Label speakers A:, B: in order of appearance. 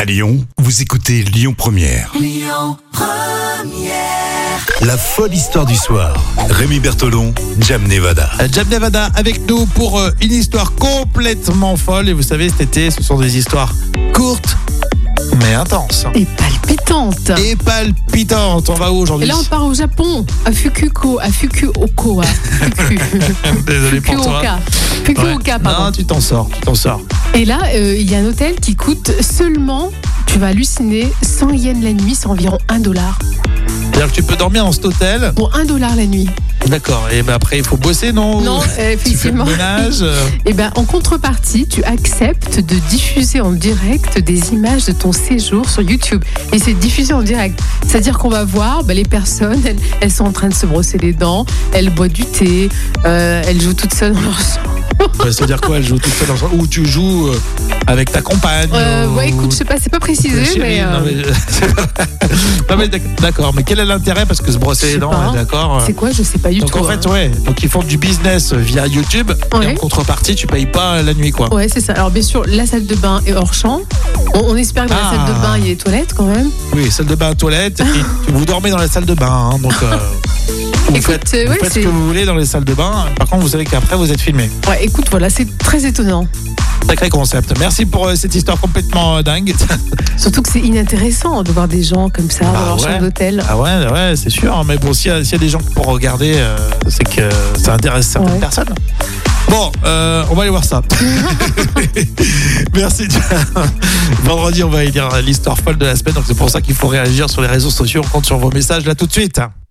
A: À Lyon, vous écoutez Lyon Première. Lyon Première. La folle histoire du soir. Rémi Bertolon, Jam Nevada.
B: Jam Nevada avec nous pour euh, une histoire complètement folle. Et vous savez, cet été, ce sont des histoires courtes, mais intenses.
C: Et palpitante. Et,
B: Et palpitantes. On va où aujourd'hui
C: là, on Ah, part au Japon, à Fukuoka, à Fukuoka, à Fuku-
B: Désolé pour toi.
C: Fukuoka,
B: Ouais.
C: Fukuoka, pardon.
B: Non, tu t'en sors, tu t'en sors.
C: Et là, euh, il y a un hôtel qui coûte seulement, tu vas halluciner, 100 yens la nuit, c'est environ 1 dollar.
B: C'est-à-dire que tu peux dormir dans cet hôtel.
C: Pour 1 dollar la nuit.
B: D'accord. Et ben après, il faut bosser, non
C: Non,
B: Ou-
C: euh,
B: Tu fais le
C: effectivement.
B: ménage. euh,
C: Et ben, en contrepartie, tu acceptes de diffuser en direct des images de ton séjour sur YouTube. Et c'est diffusé en direct. C'est-à-dire qu'on va voir ben, les personnes, elles, elles sont en train de se brosser les dents, elles boivent du thé, euh, elles jouent toutes seules dans leur chambre.
B: bah, C'est-à-dire quoi Elle joue toute seule ensemble Ou tu joues euh, avec ta compagne
C: Euh,
B: ou-
C: ouais, écoute, je sais pas, c'est pas précisé,
B: Oh. Chérie,
C: mais. euh,
B: non, mais- euh, Non, mais d'ac- d'accord, mais quel est l'intérêt Parce que se brosser
C: Je
B: les
C: sais
B: dents,
C: pas.
B: ouais, d'accord. euh,
C: C'est quoi Je sais pas du
B: Donc
C: tout.
B: en
C: hein.
B: fait, ouais, donc ils font du business euh, via YouTube et
C: Ouais. Oh.
B: en contrepartie, tu payes pas la nuit, quoi.
C: Ouais, c'est ça. Alors, bien sûr, la salle de bain est hors champ. On, on espère que dans
B: Ah.
C: la salle de bain, il y a des toilettes quand même.
B: Oui, salle de bain, toilette, et vous dormez dans la salle de bain, hein, donc. euh, Vous
C: Écoute,
B: faites,
C: euh,
B: vous
C: ouais,
B: faites ce
C: c'est-
B: que vous voulez dans les salles de bain. Par contre, vous savez qu'après, vous êtes filmé.
C: Ouais, écoute, voilà, c'est très étonnant.
B: Sacré concept. Merci pour euh, cette histoire complètement euh, dingue.
C: Surtout que c'est inintéressant de voir des gens comme ça
B: Bah
C: dans leur
B: ouais.
C: chambre d'hôtel.
B: Ah ouais, ouais, c'est sûr. hein, Mais bon, s'il y, a- s'il y a des gens pour regarder, euh, c'est que ça intéresse certaines
C: Ouais.
B: personnes. Bon, euh, on va aller voir ça. Merci. Vendredi, on va aller lire l'histoire folle de la semaine. Donc c'est pour ça qu'il faut réagir sur les réseaux sociaux. On compte sur vos messages là tout de suite.